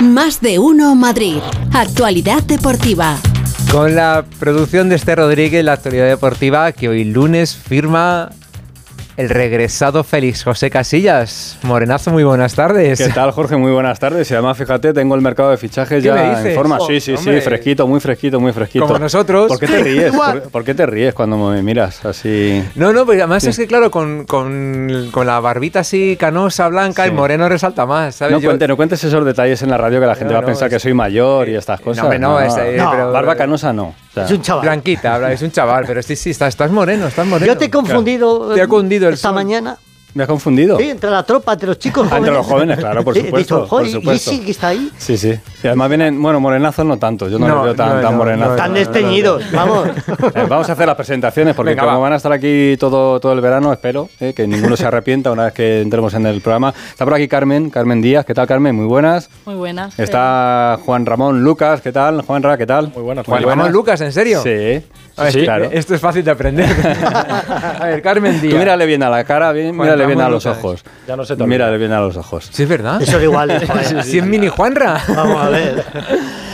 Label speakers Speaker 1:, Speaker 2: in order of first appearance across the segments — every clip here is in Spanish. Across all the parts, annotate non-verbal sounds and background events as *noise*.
Speaker 1: Más de uno Madrid. Actualidad deportiva.
Speaker 2: Con la producción de este Rodríguez, la actualidad deportiva, que hoy lunes firma el regresado Félix José Casillas. Morenazo, muy buenas tardes.
Speaker 3: ¿Qué tal, Jorge? Muy buenas tardes. Y además, fíjate, tengo el mercado de fichajes
Speaker 2: ¿Qué me
Speaker 3: ya
Speaker 2: dices?
Speaker 3: en forma.
Speaker 2: Oh,
Speaker 3: sí, sí,
Speaker 2: hombre.
Speaker 3: sí, fresquito, muy fresquito, muy fresquito.
Speaker 2: Como nosotros.
Speaker 3: ¿Por qué te
Speaker 2: *laughs*
Speaker 3: ríes? ¿Por, por qué te ríes cuando me miras así?
Speaker 2: No, no, pero además es que, claro, con, con- con la barbita así canosa, blanca,
Speaker 3: Sí.
Speaker 2: el moreno resalta más, ¿sabes?
Speaker 3: No,
Speaker 2: Yo-
Speaker 3: cuente- no cuentes esos detalles en la radio que la gente
Speaker 2: No,
Speaker 3: va a
Speaker 2: no,
Speaker 3: pensar
Speaker 2: es-
Speaker 3: que soy mayor y estas
Speaker 2: No,
Speaker 3: cosas.
Speaker 2: hombre, no, es, eh, pero-
Speaker 3: barba canosa no. O sea,
Speaker 4: Es un chaval.
Speaker 2: Blanquita, habla- es un chaval, pero sí, sí, estás, estás moreno, estás moreno.
Speaker 4: Yo te he confundido
Speaker 2: Te ha
Speaker 4: eh,
Speaker 2: cundido el
Speaker 4: esta
Speaker 2: sol.
Speaker 4: mañana.
Speaker 3: ¿Me has confundido?
Speaker 4: Sí, entre la tropa, entre los chicos
Speaker 3: Ah,
Speaker 4: jóvenes.
Speaker 3: entre los jóvenes, claro, por
Speaker 4: Sí, he
Speaker 3: supuesto,
Speaker 4: dicho,
Speaker 3: por
Speaker 4: "Joder,
Speaker 3: supuesto".
Speaker 4: Y sí, que está ahí.
Speaker 3: Sí, sí. Y además vienen, bueno, morenazos no tanto. Yo no,
Speaker 2: No,
Speaker 3: los veo tan,
Speaker 2: no,
Speaker 3: tan
Speaker 2: no,
Speaker 3: morenazos.
Speaker 2: no,
Speaker 4: Están desteñidos,
Speaker 3: *laughs*
Speaker 4: vamos.
Speaker 3: Eh, Vamos a hacer las presentaciones porque
Speaker 2: Venga,
Speaker 3: como
Speaker 2: va.
Speaker 3: van a estar aquí todo, todo el verano, espero eh, que ninguno se arrepienta una vez que entremos en el programa. Está por aquí Carmen, Carmen Díaz, ¿qué tal Carmen? Muy buenas.
Speaker 5: Muy buenas.
Speaker 3: Está Juan Ramón Lucas, ¿qué tal? Juanra, ¿qué tal? Muy buenas.
Speaker 2: Juan Ramón Lucas, ¿en serio?
Speaker 3: Sí,
Speaker 2: A ver,
Speaker 3: sí,
Speaker 2: es que
Speaker 3: claro.
Speaker 2: Esto es fácil de aprender. *laughs* a ver, Carmen
Speaker 3: Tú
Speaker 2: Díaz.
Speaker 3: mírale bien a la cara, bien,
Speaker 2: Juan
Speaker 3: mírale bien
Speaker 2: Ramón
Speaker 3: a los
Speaker 2: Lucas.
Speaker 3: ojos. Ya no sé Mírale bien a los ojos.
Speaker 2: Sí, es verdad.
Speaker 4: Eso es
Speaker 3: *laughs*
Speaker 4: igual.
Speaker 2: *laughs*
Speaker 4: joder.
Speaker 2: Si es mini Juanra.
Speaker 4: Vamos a ver.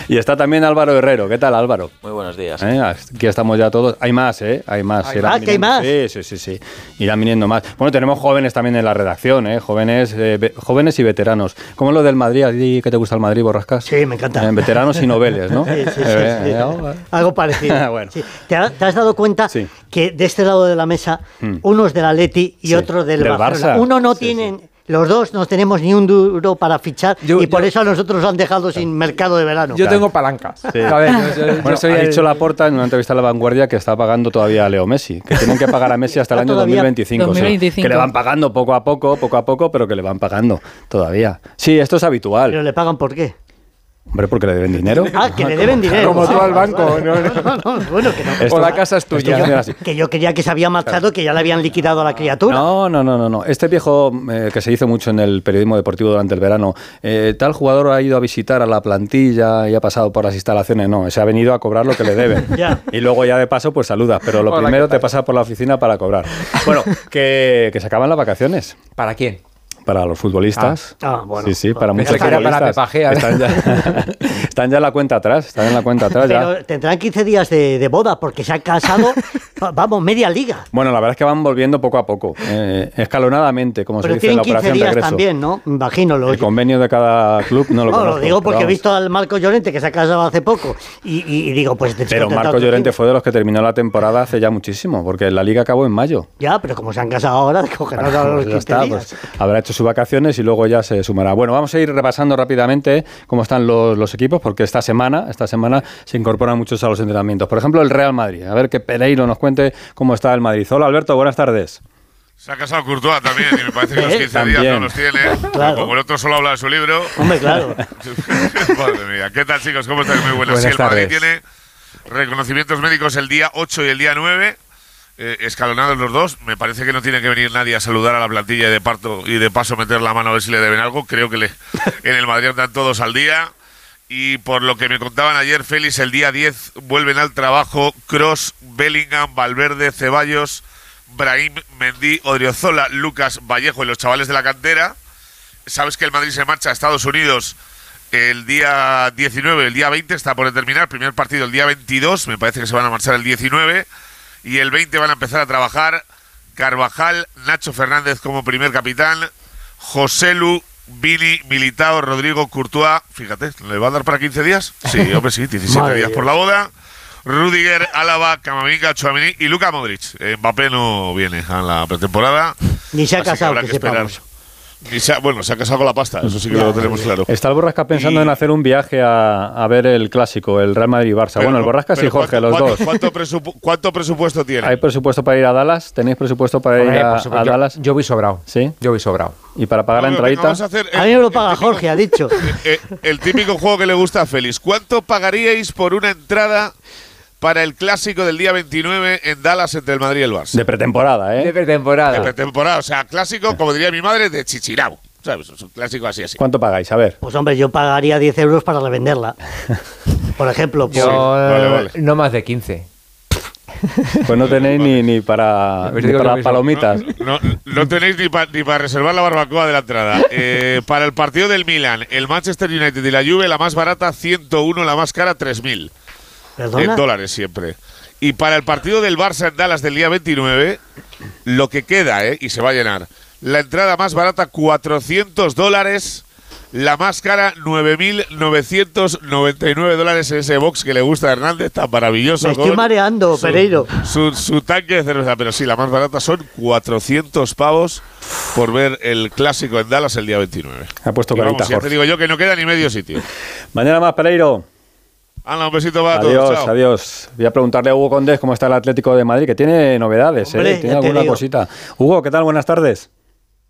Speaker 3: Y está también Álvaro Herrero, ¿qué tal Álvaro?
Speaker 6: Muy buenos días.
Speaker 3: ¿Eh? Aquí estamos ya todos. Hay más, ¿eh? Hay más.
Speaker 2: Hay
Speaker 3: Irán
Speaker 4: más, que hay
Speaker 3: viniendo-
Speaker 4: más.
Speaker 3: Sí, sí, sí, sí. Irán viniendo más. Bueno, tenemos jóvenes también en la redacción, ¿eh? Jóvenes, eh, ve- jóvenes y veteranos. ¿Cómo es lo del Madrid? ¿A ti qué te gusta el Madrid, Borrascas?
Speaker 4: Sí, me encanta.
Speaker 3: Eh, veteranos y noveles,
Speaker 4: *laughs*
Speaker 3: ¿no?
Speaker 4: Sí, sí, sí,
Speaker 3: Eh,
Speaker 4: sí.
Speaker 3: eh, oh, eh.
Speaker 4: Algo parecido.
Speaker 3: *laughs* Bueno.
Speaker 4: Sí. ¿Te, ha- te has dado cuenta
Speaker 3: Sí.
Speaker 4: que de este lado de la mesa,
Speaker 3: Hmm.
Speaker 4: uno es del Atleti y
Speaker 3: Sí.
Speaker 4: otro del,
Speaker 3: Del
Speaker 4: Barcelona.
Speaker 3: Barça.
Speaker 4: Uno no
Speaker 3: Sí,
Speaker 4: tienen. Los dos no tenemos ni un duro para fichar
Speaker 2: Yo-
Speaker 4: y por
Speaker 2: yo-
Speaker 4: eso a nosotros nos han dejado sin mercado de verano.
Speaker 2: Yo tengo palancas.
Speaker 3: Sí.
Speaker 2: A ver, yo- yo, yo
Speaker 3: Bueno,
Speaker 2: soy
Speaker 3: ha
Speaker 2: el-
Speaker 3: dicho Laporta en una entrevista a La Vanguardia que está pagando todavía a Leo Messi, que tienen que pagar a Messi
Speaker 2: *laughs*
Speaker 3: hasta el año
Speaker 4: Todavía.
Speaker 3: 2025. sí.
Speaker 5: 2025.
Speaker 3: que le van pagando poco a poco, poco a poco, pero que le van pagando todavía. Sí, esto es
Speaker 4: Pero
Speaker 3: habitual.
Speaker 4: le pagan por qué.
Speaker 3: Hombre, porque le deben dinero.
Speaker 4: Ah, que le deben dinero.
Speaker 2: Como tú
Speaker 4: Ah,
Speaker 2: al banco. ¿no?
Speaker 4: No, *laughs* no, bueno, que no.
Speaker 2: O la casa es
Speaker 3: esto
Speaker 2: tuya.
Speaker 3: funciona así.
Speaker 4: Que yo quería que se había marchado, que ya le habían liquidado a la criatura.
Speaker 3: No, no, no, no, no. Este viejo eh, que se hizo mucho en el periodismo deportivo durante el verano, eh, tal jugador ha ido a visitar a la plantilla y ha pasado por las instalaciones. No, se ha venido a cobrar lo que
Speaker 4: *laughs*
Speaker 3: le deben.
Speaker 4: Ya.
Speaker 3: Y luego ya de paso, pues saludas. Pero lo
Speaker 2: Hola,
Speaker 3: primero
Speaker 2: ¿qué tal?
Speaker 3: te pasa por la oficina para cobrar. Bueno, que, que se acaban las vacaciones
Speaker 2: ¿Para quién?
Speaker 3: para los futbolistas.
Speaker 4: Ah, ah, bueno.
Speaker 3: Sí, sí, para
Speaker 4: Pensé
Speaker 3: muchos
Speaker 2: que era para
Speaker 3: futbolistas.
Speaker 2: Pepajea.
Speaker 4: ¿eh? *laughs*
Speaker 3: Están ya, están ya en la cuenta atrás, están en la cuenta atrás ya.
Speaker 4: Pero tendrán 15 días de, de boda porque se han casado, *laughs* va- vamos, media liga.
Speaker 3: Bueno, la verdad es que van volviendo poco a poco, eh, escalonadamente, como
Speaker 4: Pero
Speaker 3: se dice en
Speaker 4: tienen 15
Speaker 3: la operación
Speaker 4: días
Speaker 3: regreso.
Speaker 4: también, ¿no? Me Imagino. Lo,
Speaker 3: El convenio de cada club no
Speaker 4: *laughs*
Speaker 3: lo
Speaker 4: No,
Speaker 3: conozco.
Speaker 4: lo digo porque
Speaker 3: pero
Speaker 4: he visto al Marco Llorente que se ha casado hace poco y, y- y digo, pues...
Speaker 3: vamos. Pero Marco Llorente fue de los que terminó la temporada hace ya muchísimo, porque la liga acabó en mayo.
Speaker 4: Ya, pero como se han casado ahora, *laughs* cogerán
Speaker 3: Bueno,
Speaker 4: ahora los
Speaker 3: pues ya
Speaker 4: 15
Speaker 3: está,
Speaker 4: días.
Speaker 3: pues habrá hecho sus vacaciones y luego ya se sumará. Bueno, vamos a ir repasando rápidamente cómo están los, los equipos, porque esta semana, esta semana se incorporan muchos a los entrenamientos. Por ejemplo, el Real Madrid. A ver que Pereiro nos cuente cómo está el Madrid. Hola, Alberto, buenas tardes.
Speaker 7: Se ha casado Courtois también y me parece que
Speaker 4: *laughs*
Speaker 7: los
Speaker 4: ¿Eh?
Speaker 7: 15
Speaker 3: También.
Speaker 7: días no los tiene.
Speaker 4: Claro.
Speaker 7: Como el otro solo habla de su libro.
Speaker 4: Hombre, claro.
Speaker 7: *laughs* Madre mía. ¿Qué tal, chicos? ¿Cómo estáis? Muy buenas.
Speaker 2: Buenas
Speaker 7: Sí, el Madrid
Speaker 2: tardes.
Speaker 7: tiene reconocimientos médicos el día 8 y el día 9. eh, escalonados los dos, me parece que no tiene que venir nadie a saludar a la plantilla y de parto y de paso meter la mano a ver si le deben algo.
Speaker 2: *laughs*
Speaker 7: Creo que le, en el Madrid andan todos al día. Y por lo que me contaban ayer, Félix, el día 10 vuelven al trabajo Cross, Bellingham, Valverde, Ceballos, Brahim, Mendy, Odriozola, Lucas, Vallejo y los chavales de la cantera. Sabes que el Madrid se marcha a Estados Unidos el día 19, el día 20 está por determinar, primer partido el día 22, me parece que se van a marchar el 19 y el 20 van a empezar a trabajar Carvajal, Nacho Fernández como primer capitán, José Lu, Vini, Militao, Rodrigo, Courtois, fíjate, ¿le va a dar para
Speaker 4: *laughs*
Speaker 7: 15 días? Sí, hombre, sí, 17
Speaker 4: Madre
Speaker 7: días
Speaker 4: mía.
Speaker 7: por la boda. Rudiger, Álava, Camavinga, Chouamini y Luka Modric. Eh, Mbappé no viene a la pretemporada.
Speaker 4: Ni se ha
Speaker 7: así que
Speaker 4: casado,
Speaker 7: habrá
Speaker 4: que
Speaker 7: esperar.
Speaker 4: sepamos.
Speaker 7: Ni se ha- bueno, se ha casado con la pasta, eso sí que lo tenemos claro.
Speaker 3: Está el Borrasca pensando
Speaker 7: Y-
Speaker 3: en hacer un viaje a, a ver el clásico, el Real Madrid-Barça.
Speaker 7: Pero-
Speaker 3: Bueno, el Borrasca y
Speaker 7: pero
Speaker 3: Jorge,
Speaker 7: ¿cuánto-
Speaker 3: los
Speaker 7: cuánto-
Speaker 3: dos.
Speaker 7: ¿cuánto, presupu- cuánto presupuesto tiene?
Speaker 3: ¿Hay presupuesto para ir a Dallas? ¿Tenéis presupuesto para ir
Speaker 2: Hombre,
Speaker 3: a,
Speaker 2: por supuesto,
Speaker 3: a
Speaker 2: yo-
Speaker 3: Dallas?
Speaker 2: Yo, voy sobrado.
Speaker 3: ¿Sí?
Speaker 2: Yo voy sobrado.
Speaker 3: ¿Y para pagar la
Speaker 7: No, lo que
Speaker 3: entradita?
Speaker 7: vamos a hacer es-
Speaker 4: A mí me lo
Speaker 7: el
Speaker 4: paga
Speaker 7: típico-
Speaker 4: Jorge, ha dicho.
Speaker 7: eh, el típico juego que le gusta a Félix. ¿Cuánto pagaríais por una entrada para el clásico del día 29 en Dallas entre el Madrid y el Barça?
Speaker 3: De pretemporada, ¿eh?
Speaker 2: De pretemporada.
Speaker 7: De pretemporada, o sea, clásico, como diría mi madre, de Chichirau. ¿Sabes? Es un clásico así, así.
Speaker 3: *laughs* ¿Cuánto pagáis? A ver.
Speaker 4: Pues hombre, yo pagaría 10 euros
Speaker 3: *laughs*
Speaker 4: para revenderla. Por ejemplo,
Speaker 2: Yo
Speaker 4: por-
Speaker 7: vale, vale.
Speaker 2: no más de 15.
Speaker 3: Pues no tenéis ni, ni para,
Speaker 2: Pues
Speaker 3: ni
Speaker 2: digo lo
Speaker 3: para
Speaker 2: mismo.
Speaker 3: palomitas.
Speaker 7: No, no tenéis ni para reservar la barbacoa de la entrada. Eh, para el partido del Milan, el Manchester United y la Juve, la más barata 101, la más cara 3.000 en
Speaker 4: Perdona.
Speaker 7: dólares siempre. Y para el partido del Barça en Dallas del día 29, lo que queda, ¿eh? y se va a llenar, la entrada más barata 400 dólares, la más cara 9.999 dólares en ese box que le gusta a Hernández, tan maravilloso.
Speaker 4: Me estoy
Speaker 7: con-
Speaker 4: mareando,
Speaker 7: su-
Speaker 4: Pereiro.
Speaker 7: Su, su tanque de cerveza, pero sí, la más barata son 400 pavos por ver el clásico en Dallas el día 29.
Speaker 3: Ha puesto
Speaker 7: Y vamos,
Speaker 3: carita
Speaker 7: ya te
Speaker 3: Jorge.
Speaker 7: digo yo que no queda ni medio sitio.
Speaker 3: Mañana más, Pereiro.
Speaker 7: Hala, un besito para
Speaker 3: Adiós,
Speaker 7: todos. chao.
Speaker 3: adiós. Voy a preguntarle a Hugo Condés cómo está el Atlético de Madrid, que tiene novedades, ¿eh?
Speaker 4: Hombre, ya
Speaker 3: tiene
Speaker 4: te
Speaker 3: alguna
Speaker 4: digo.
Speaker 3: cosita. Hugo, ¿qué tal? Buenas tardes.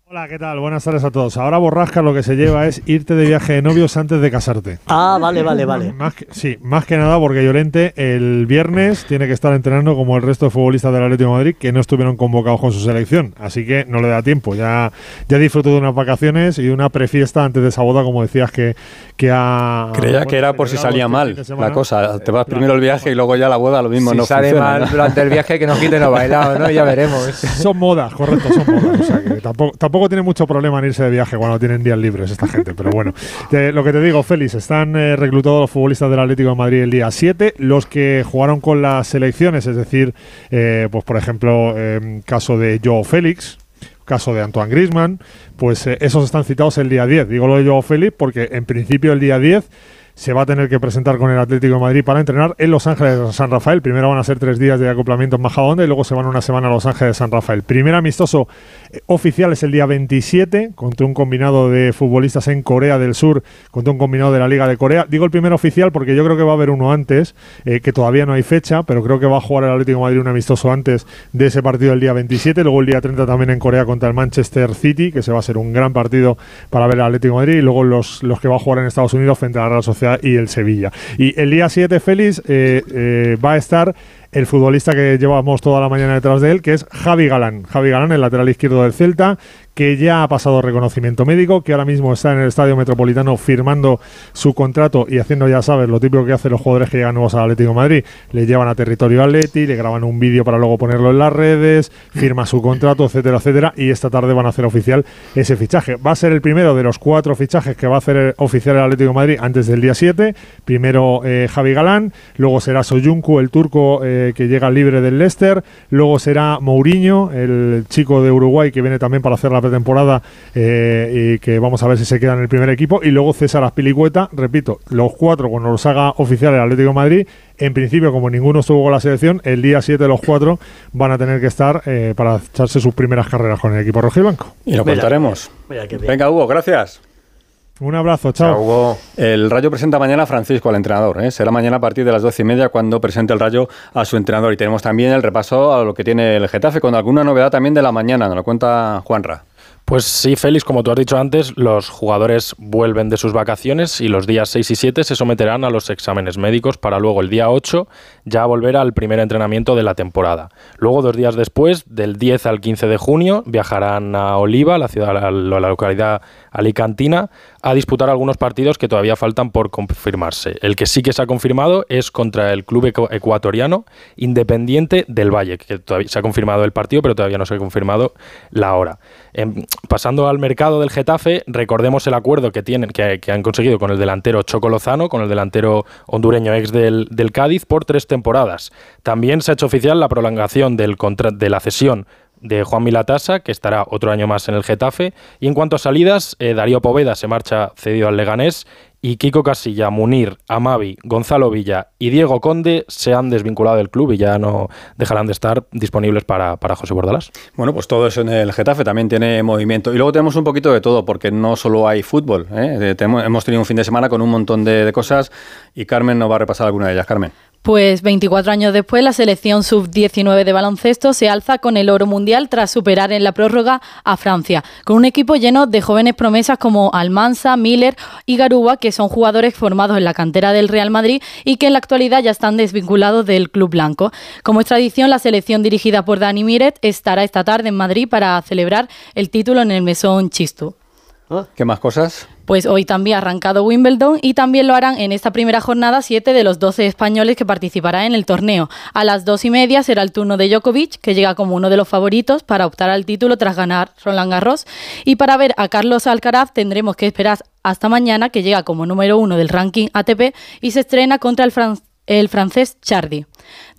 Speaker 5: Hola, ¿qué tal? Buenas tardes a todos. Ahora borrasca lo que se lleva es irte de viaje de novios antes de casarte.
Speaker 4: Ah, vale, vale, vale.
Speaker 5: Más que- sí, más que nada porque Llorente el viernes tiene que estar entrenando como el resto de futbolistas del Atlético de Madrid que no estuvieron convocados con su selección. Así que no le da tiempo. Ya, ya disfrutó de unas vacaciones y de una prefiesta antes de esa boda, como decías, que, que ha.
Speaker 3: Creía
Speaker 5: bueno,
Speaker 3: que era por si
Speaker 5: celebrado
Speaker 3: salía
Speaker 5: este
Speaker 3: mal
Speaker 5: fin de semana.
Speaker 3: la cosa. Te vas
Speaker 5: Eh,
Speaker 3: primero el viaje y luego ya la boda, lo mismo
Speaker 2: si
Speaker 3: no
Speaker 2: sale
Speaker 3: funciona,
Speaker 2: mal
Speaker 3: ¿no?
Speaker 2: durante el viaje que nos quiten lo bailado, ¿no? Ya veremos.
Speaker 5: Son modas, correcto, son modas. O sea, que tampoco, tampoco tiene mucho problema en irse de viaje cuando tienen días libres esta gente. Pero bueno, Te- lo que te digo, Félix, están eh, reclutados los futbolistas del Atlético de Madrid el día 7, los que jugaron con las selecciones, es decir, eh, pues por ejemplo, em, caso de Joe Félix, caso de Antoine Grisman, pues eh, esos están citados el día 10. Digo lo de Joao Félix porque en principio el día 10 se va a tener que presentar con el Atlético de Madrid para entrenar en Los Ángeles de San Rafael. Primero van a ser tres días de acoplamiento en Majadahonda y luego se van una semana a Los Ángeles de San Rafael. Primer amistoso eh, oficial es el día 27 contra un combinado de futbolistas en Corea del Sur, contra un combinado de la Liga de Corea. Digo el primer oficial porque yo creo que va a haber uno antes, eh, que todavía no hay fecha, pero creo que va a jugar el Atlético de Madrid un amistoso antes de ese partido el día 27. Luego el día 30 también en Corea contra el Manchester City, que se va a ser un gran partido para ver al Atlético de Madrid. Y luego los, los que va a jugar en Estados Unidos frente a la Real Sociedad y el Sevilla. Y el día 7, Félix, eh, eh, va a estar el futbolista que llevamos toda la mañana detrás de él, que es Javi Galán. Javi Galán, el lateral izquierdo del Celta, que ya ha pasado reconocimiento médico, que ahora mismo está en el Estadio Metropolitano firmando su contrato y haciendo, ya sabes, lo típico que hacen los jugadores que llegan nuevos al Atlético de Madrid. Le llevan a territorio Atleti, le graban un vídeo para luego ponerlo en las redes, firma su contrato, etcétera, etcétera, y esta tarde van a hacer oficial ese fichaje. Va a ser el primero de los cuatro fichajes que va a hacer oficial el Atlético de Madrid antes del día 7. Primero eh, Javi Galán, luego será Soyuncu, el turco eh, que llega libre del Leicester, luego será Mourinho, el chico de Uruguay que viene también para hacer la pretemporada eh, y que vamos a ver si se queda en el primer equipo, y luego César Azpilicueta, repito, los cuatro cuando los haga oficial el Atlético de Madrid, en principio como ninguno estuvo con la selección, el día 7 los cuatro van a tener que estar eh, para echarse sus primeras carreras con el equipo rojiblanco.
Speaker 3: Y lo
Speaker 4: Mira,
Speaker 3: contaremos.
Speaker 4: Mira qué bien.
Speaker 3: Venga, Hugo, gracias.
Speaker 5: Un abrazo, chao.
Speaker 3: Hugo. El Rayo presenta mañana a Francisco, al entrenador. ¿eh? Será mañana a partir de las doce y media cuando presente el Rayo a su entrenador. Y tenemos también el repaso a lo que tiene el Getafe, con alguna novedad también de la mañana. Nos lo cuenta Juanra.
Speaker 6: Pues sí, Félix, como tú has dicho antes, los jugadores vuelven de sus vacaciones y los días 6 y 7 se someterán a los exámenes médicos para luego el día 8 ya volver al primer entrenamiento de la temporada. Luego, dos días después, del 10 al 15 de junio, viajarán a Oliva, la, ciudad, a la localidad alicantina, a disputar algunos partidos que todavía faltan por confirmarse. El que sí que se ha confirmado es contra el club ecu- ecuatoriano Independiente del Valle, que todavía se ha confirmado el partido, pero todavía no se ha confirmado la hora. Em, pasando al mercado del Getafe, recordemos el acuerdo que tienen, que, que han conseguido con el delantero Choco Lozano, con el delantero hondureño ex del, del Cádiz, por tres temporadas. También se ha hecho oficial la prolongación del contra- de la cesión de Juan Milatasa, que estará otro año más en el Getafe. Y en cuanto a salidas, eh, Darío Poveda se marcha cedido al Leganés y Kiko Casilla, Munir, Amavi, Gonzalo Villa y Diego Conde se han desvinculado del club y ya no dejarán de estar disponibles para, para José Bordalás.
Speaker 3: Bueno, pues todo eso en el Getafe también tiene movimiento. Y luego tenemos un poquito de todo, porque no solo hay fútbol. ¿eh? Eh, tenemos- hemos tenido un fin de semana con un montón de, de cosas y Carmen nos va a repasar alguna de ellas. Carmen.
Speaker 8: Pues 24 años después, la selección sub-19 de baloncesto se alza con el oro mundial tras superar en la prórroga a Francia, con un equipo lleno de jóvenes promesas como Almansa, Miller y Garúa, que son jugadores formados en la cantera del Real Madrid y que en la actualidad ya están desvinculados del Club Blanco. Como es tradición, la selección dirigida por Dani Miret estará esta tarde en Madrid para celebrar el título en el Mesón Chistu.
Speaker 4: Ah,
Speaker 3: ¿Qué más cosas?
Speaker 8: Pues hoy también ha arrancado Wimbledon y también lo harán en esta primera jornada siete de los 12 españoles que participarán en el torneo. A las dos y media será el turno de Djokovic, que llega como uno de los favoritos para optar al título tras ganar Roland Garros. Y para ver a Carlos Alcaraz tendremos que esperar hasta mañana, que llega como número uno del ranking ATP y se estrena contra el francés el francés Chardy.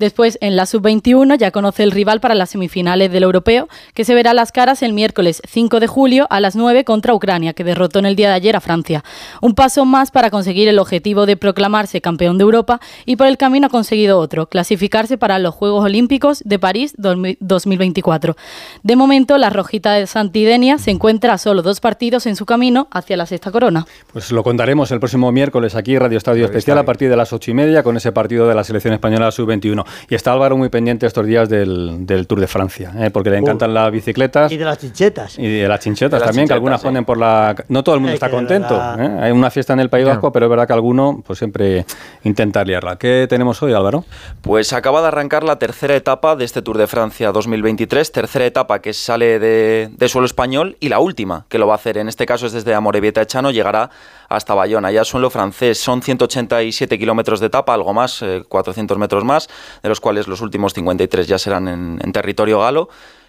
Speaker 8: Después, en la sub-21, ya conoce el rival para las semifinales del europeo, que se verá las caras el miércoles 5 de julio a las 9 contra Ucrania, que derrotó en el día de ayer a Francia. Un paso más para conseguir el objetivo de proclamarse campeón de Europa y por el camino ha conseguido otro, clasificarse para los Juegos Olímpicos de París 2024. De momento, la rojita de Santidenia se encuentra a solo dos partidos en su camino hacia la sexta corona.
Speaker 3: Pues lo contaremos el próximo miércoles aquí, Radio Estadio
Speaker 2: Radio
Speaker 3: Especial,
Speaker 2: Estadio.
Speaker 3: a partir de las ocho y media, con ese partido de la selección española sub-21. Y está Álvaro muy pendiente estos días del, del Tour de Francia, ¿eh? porque le encantan las bicicletas.
Speaker 4: Y de las chinchetas.
Speaker 3: Y de las chinchetas
Speaker 9: De las
Speaker 3: también, que
Speaker 9: chinchetas,
Speaker 3: algunas
Speaker 9: sí.
Speaker 3: ponen por la... No todo el mundo
Speaker 4: Es
Speaker 3: está
Speaker 4: que de
Speaker 3: contento.
Speaker 4: verdad-
Speaker 3: ¿eh? Hay una fiesta en el País
Speaker 2: Ya.
Speaker 3: Vasco, pero es verdad que alguno pues siempre intenta liarla. ¿Qué tenemos hoy, Álvaro?
Speaker 9: Pues acaba de arrancar la tercera etapa de este Tour de Francia 2023, tercera etapa que sale de, de suelo español y la última que lo va a hacer, en este caso es desde Amorebieta Echano, llegará hasta Bayona, ya suelo francés, son 187 kilómetros de etapa, algo más, eh, 400 metros más, de los cuales los últimos 53 ya serán en, en territorio galo.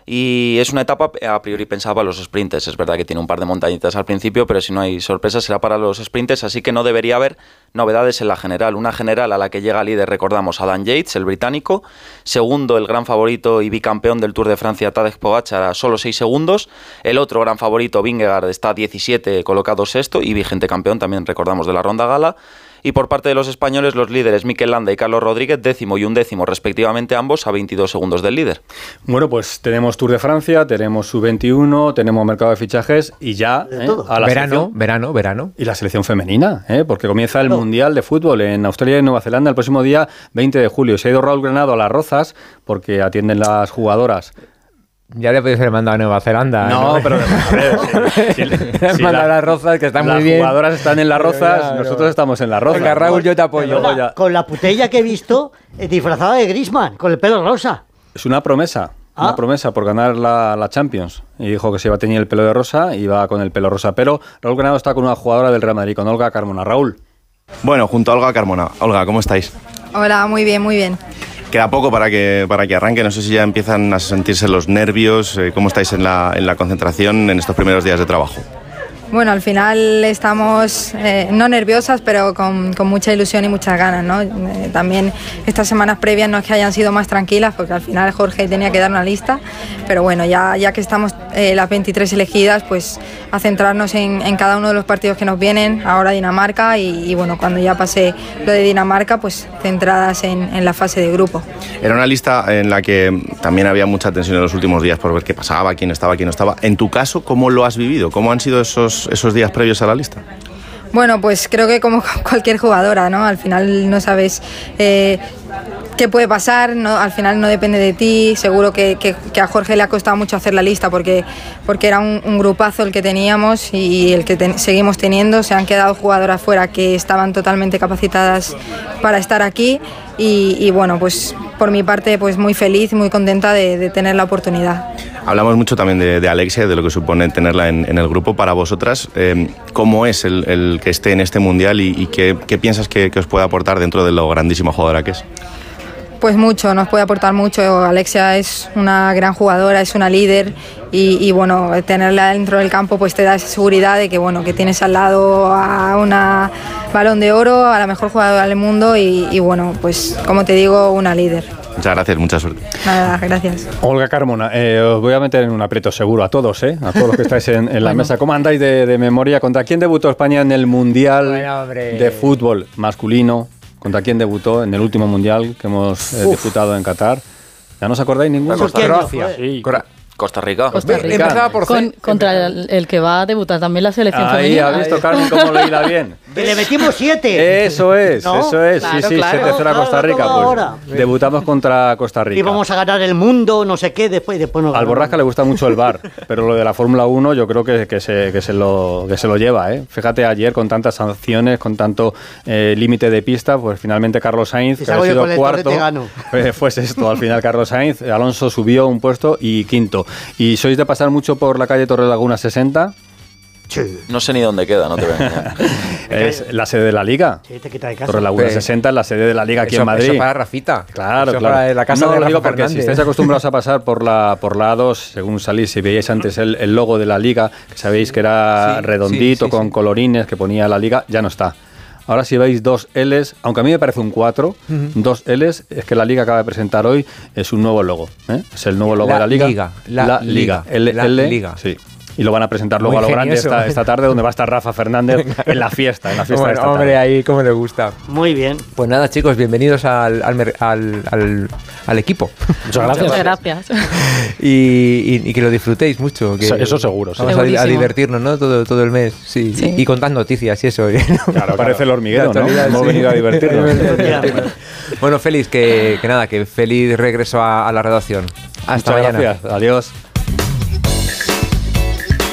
Speaker 9: Y es una etapa, eh, a priori pensaba los sprints, es verdad que tiene un par de montañitas al principio, pero si no hay sorpresa será para los sprints, así que no debería haber novedades en la general. Una general a la que llega líder, recordamos, Adam Yates, el británico, segundo el gran favorito y bicampeón del Tour de Francia, Tadej Pogacar, a solo 6 segundos, el otro gran favorito, Vingegaard, está a 17, colocado sexto y vigente campeón también, recordamos, de la ronda gala. Y por parte de los españoles, los líderes Miquel Landa y Carlos Rodríguez, décimo y un décimo respectivamente, ambos a 22 segundos del líder.
Speaker 3: Bueno, pues tenemos Tour de Francia, tenemos Sub-21, tenemos mercado de fichajes y ya
Speaker 4: De
Speaker 3: ¿eh?
Speaker 4: todo.
Speaker 3: a la
Speaker 2: verano,
Speaker 3: selección-
Speaker 2: verano, verano.
Speaker 3: Y la selección femenina, ¿eh? porque comienza el
Speaker 4: Claro.
Speaker 3: Mundial de Fútbol en Australia y Nueva Zelanda el próximo día 20 de julio. Se ha ido Raúl Granado a las Rozas porque atienden las jugadoras.
Speaker 2: Ya le podéis haber mandado a Nueva Zelanda.
Speaker 3: No, pero a ver,
Speaker 2: *laughs*
Speaker 3: si-
Speaker 2: Le
Speaker 3: si
Speaker 2: mandado a
Speaker 3: la-
Speaker 2: las rozas, que están
Speaker 3: las
Speaker 2: muy bien.
Speaker 3: jugadoras están en las
Speaker 2: Pero
Speaker 3: Rozas,
Speaker 2: ya, no.
Speaker 3: nosotros estamos en las Rozas.
Speaker 2: Venga, Raúl, yo te apoyo.
Speaker 4: Perdona,
Speaker 3: Luego ya-
Speaker 4: Con la putella que he visto, eh, disfrazada de Grisman, con el pelo rosa.
Speaker 3: Es una promesa. Una
Speaker 4: Ah.
Speaker 3: promesa por ganar la, la Champions. Y dijo que se iba a teñir el pelo de rosa y va con el pelo rosa. Pero Raúl Granado está con una jugadora del Real Madrid, con Olga Carmona. Raúl,
Speaker 10: Bueno, junto a Olga Carmona. Olga, ¿cómo estáis?
Speaker 11: Hola, muy bien, muy bien.
Speaker 10: Queda poco para que, para que arranque. No sé si ya empiezan a sentirse los nervios. eh, ¿Cómo estáis en la, en la concentración en estos primeros días de trabajo?
Speaker 11: Bueno, al final estamos eh, no nerviosas, pero con, con mucha ilusión y muchas ganas, ¿no? Eh, también estas semanas previas no es que hayan sido más tranquilas, porque al final Jorge tenía que dar una lista, pero bueno, ya, ya que estamos eh, las 23 elegidas, pues a centrarnos en, en cada uno de los partidos que nos vienen, ahora Dinamarca y, y bueno, cuando ya pase lo de Dinamarca, pues centradas en- en la fase de grupo.
Speaker 10: Era una lista en la que también había mucha tensión en los últimos días por ver qué pasaba, quién estaba, quién no estaba. En tu caso, ¿cómo lo has vivido? ¿Cómo han sido esos, esos días previos a la lista?
Speaker 11: Bueno, pues creo que como *laughs* cualquier jugadora, ¿no? Al final no sabes eh, qué puede pasar, no, al final no depende de ti. Seguro que, que- que a Jorge le ha costado mucho hacer la lista porque, porque era un, un grupazo el que teníamos y el que ten- seguimos teniendo. Se han quedado jugadoras fuera que estaban totalmente capacitadas para estar aquí y, y bueno, pues por mi parte pues muy feliz, muy contenta de- de tener la oportunidad.
Speaker 10: Hablamos mucho también de, de Alexia y de lo que supone tenerla en, en el grupo. Para vosotras, eh, ¿cómo es el, el que esté en este mundial y, y qué, qué piensas que, que os puede aportar dentro de lo grandísima jugadora que es?
Speaker 11: Pues mucho, nos puede aportar mucho. Alexia es una gran jugadora, es una líder y, y, bueno, tenerla dentro del campo pues te da esa seguridad de que bueno, que tienes al lado a una balón de oro, a la mejor jugadora del mundo y, y, bueno, pues como te digo, una líder.
Speaker 10: Muchas gracias, mucha suerte.
Speaker 11: Nada, gracias.
Speaker 3: Olga Carmona, eh, os voy a meter en un aprieto seguro a todos, ¿eh? A todos los que estáis en, en la mesa. ¿Cómo andáis de, de memoria? ¿Contra quién debutó España en el Mundial
Speaker 2: Bueno, hombre.
Speaker 3: de Fútbol masculino? ¿Contra quién debutó en el último Mundial que hemos eh, disputado en Qatar? ¿Ya no os acordáis ninguno?
Speaker 4: ¿Por qué no,
Speaker 2: Croacia.
Speaker 4: joder?
Speaker 6: Sí.
Speaker 2: Cora-
Speaker 9: Costa Rica.
Speaker 8: Costa Rica.
Speaker 2: Pues Empezaba por C.
Speaker 8: Con- contra el, el que va a debutar también la selección
Speaker 3: Ahí,
Speaker 8: femenina.
Speaker 3: ¿ha visto, Carmen, cómo lo hila bien?
Speaker 4: Que le metimos siete.
Speaker 3: Eso es,
Speaker 4: ¿No?
Speaker 3: eso es. sí, sí,
Speaker 4: claro.
Speaker 3: 7-0 a
Speaker 4: Claro,
Speaker 3: Costa Rica.
Speaker 4: todo
Speaker 3: pues,
Speaker 4: ahora.
Speaker 3: debutamos contra Costa Rica.
Speaker 4: Y vamos a ganar el mundo, no sé qué, después, después nos
Speaker 3: Al
Speaker 4: ganamos.
Speaker 3: Borrasca le gusta mucho
Speaker 4: *laughs*
Speaker 3: el bar, pero lo de la Fórmula 1 yo creo que, que se, que se lo, que se lo lleva. ¿eh? Fíjate ayer con tantas sanciones, con tanto eh, límite de pista, pues finalmente Carlos Sainz,
Speaker 4: Si
Speaker 3: que ha
Speaker 4: salgo yo
Speaker 3: sido
Speaker 4: con el
Speaker 3: cuarto,
Speaker 4: torrete, gano.
Speaker 3: *laughs* eh, fue sexto. Al final Carlos Sainz, eh, Alonso subió un puesto y quinto. ¿Y sois de pasar mucho por la calle Torre Laguna 60?
Speaker 9: No sé ni dónde queda, no te voy a engañar.
Speaker 3: *laughs* Es la sede de la liga.
Speaker 4: Sí, te quita de casa.
Speaker 3: Torre Laguna
Speaker 2: Sí.
Speaker 3: 60 es la sede de la liga aquí
Speaker 2: Eso-
Speaker 3: en Madrid.
Speaker 2: Eso para Rafita.
Speaker 3: Claro,
Speaker 2: Eso
Speaker 3: claro.
Speaker 2: para la casa
Speaker 3: no,
Speaker 2: de
Speaker 3: lo digo
Speaker 2: Rafa
Speaker 3: porque si
Speaker 2: Fernández.
Speaker 3: estáis acostumbrados a pasar por la por la A2, según salís, si veíais antes el, el logo de la liga, que sabéis que era
Speaker 2: Sí,
Speaker 3: redondito,
Speaker 2: sí, sí,
Speaker 3: con
Speaker 2: sí.
Speaker 3: colorines que ponía la liga, ya no está. Ahora si veis dos L's, aunque a mí me parece un 4, dos L's, es que la liga acaba de presentar hoy, es un nuevo logo. ¿eh? Es el nuevo logo
Speaker 2: La
Speaker 3: de la liga.
Speaker 2: Liga, la Liga,
Speaker 3: liga. L,
Speaker 2: la
Speaker 3: L,
Speaker 2: Liga.
Speaker 3: Sí. Y lo van a presentar luego
Speaker 2: Muy
Speaker 3: a lo grande
Speaker 2: ingenioso.
Speaker 3: esta, esta
Speaker 2: *laughs*
Speaker 3: tarde, donde va a estar Rafa Fernández en la fiesta, en la fiesta de
Speaker 2: Bueno,
Speaker 3: esta tarde.
Speaker 2: hombre, ahí como le gusta.
Speaker 4: Muy bien.
Speaker 2: Pues nada, chicos, bienvenidos al, al mer- al- al- al equipo.
Speaker 6: Muchas
Speaker 8: Muchas
Speaker 6: gracias.
Speaker 8: gracias.
Speaker 2: Y, y- y que lo disfrutéis mucho. que
Speaker 6: Eso- eso seguro, sí.
Speaker 2: Vamos a- a,
Speaker 8: Segurísimo.
Speaker 2: divertirnos, ¿no? Todo, todo el mes. Sí.
Speaker 8: Sí.
Speaker 2: Y contad noticias y *laughs* eso. ¿no?
Speaker 3: Claro, parece el
Speaker 2: La
Speaker 3: hormiguero, ¿no?
Speaker 2: actualidad,
Speaker 3: Hemos
Speaker 2: sí.
Speaker 3: venido a
Speaker 2: *laughs*
Speaker 3: divertirnos.
Speaker 8: *laughs*
Speaker 2: bueno, feliz que, que nada, que feliz regreso a, a la redacción. Hasta
Speaker 3: Muchas
Speaker 2: mañana.
Speaker 3: gracias. Adiós.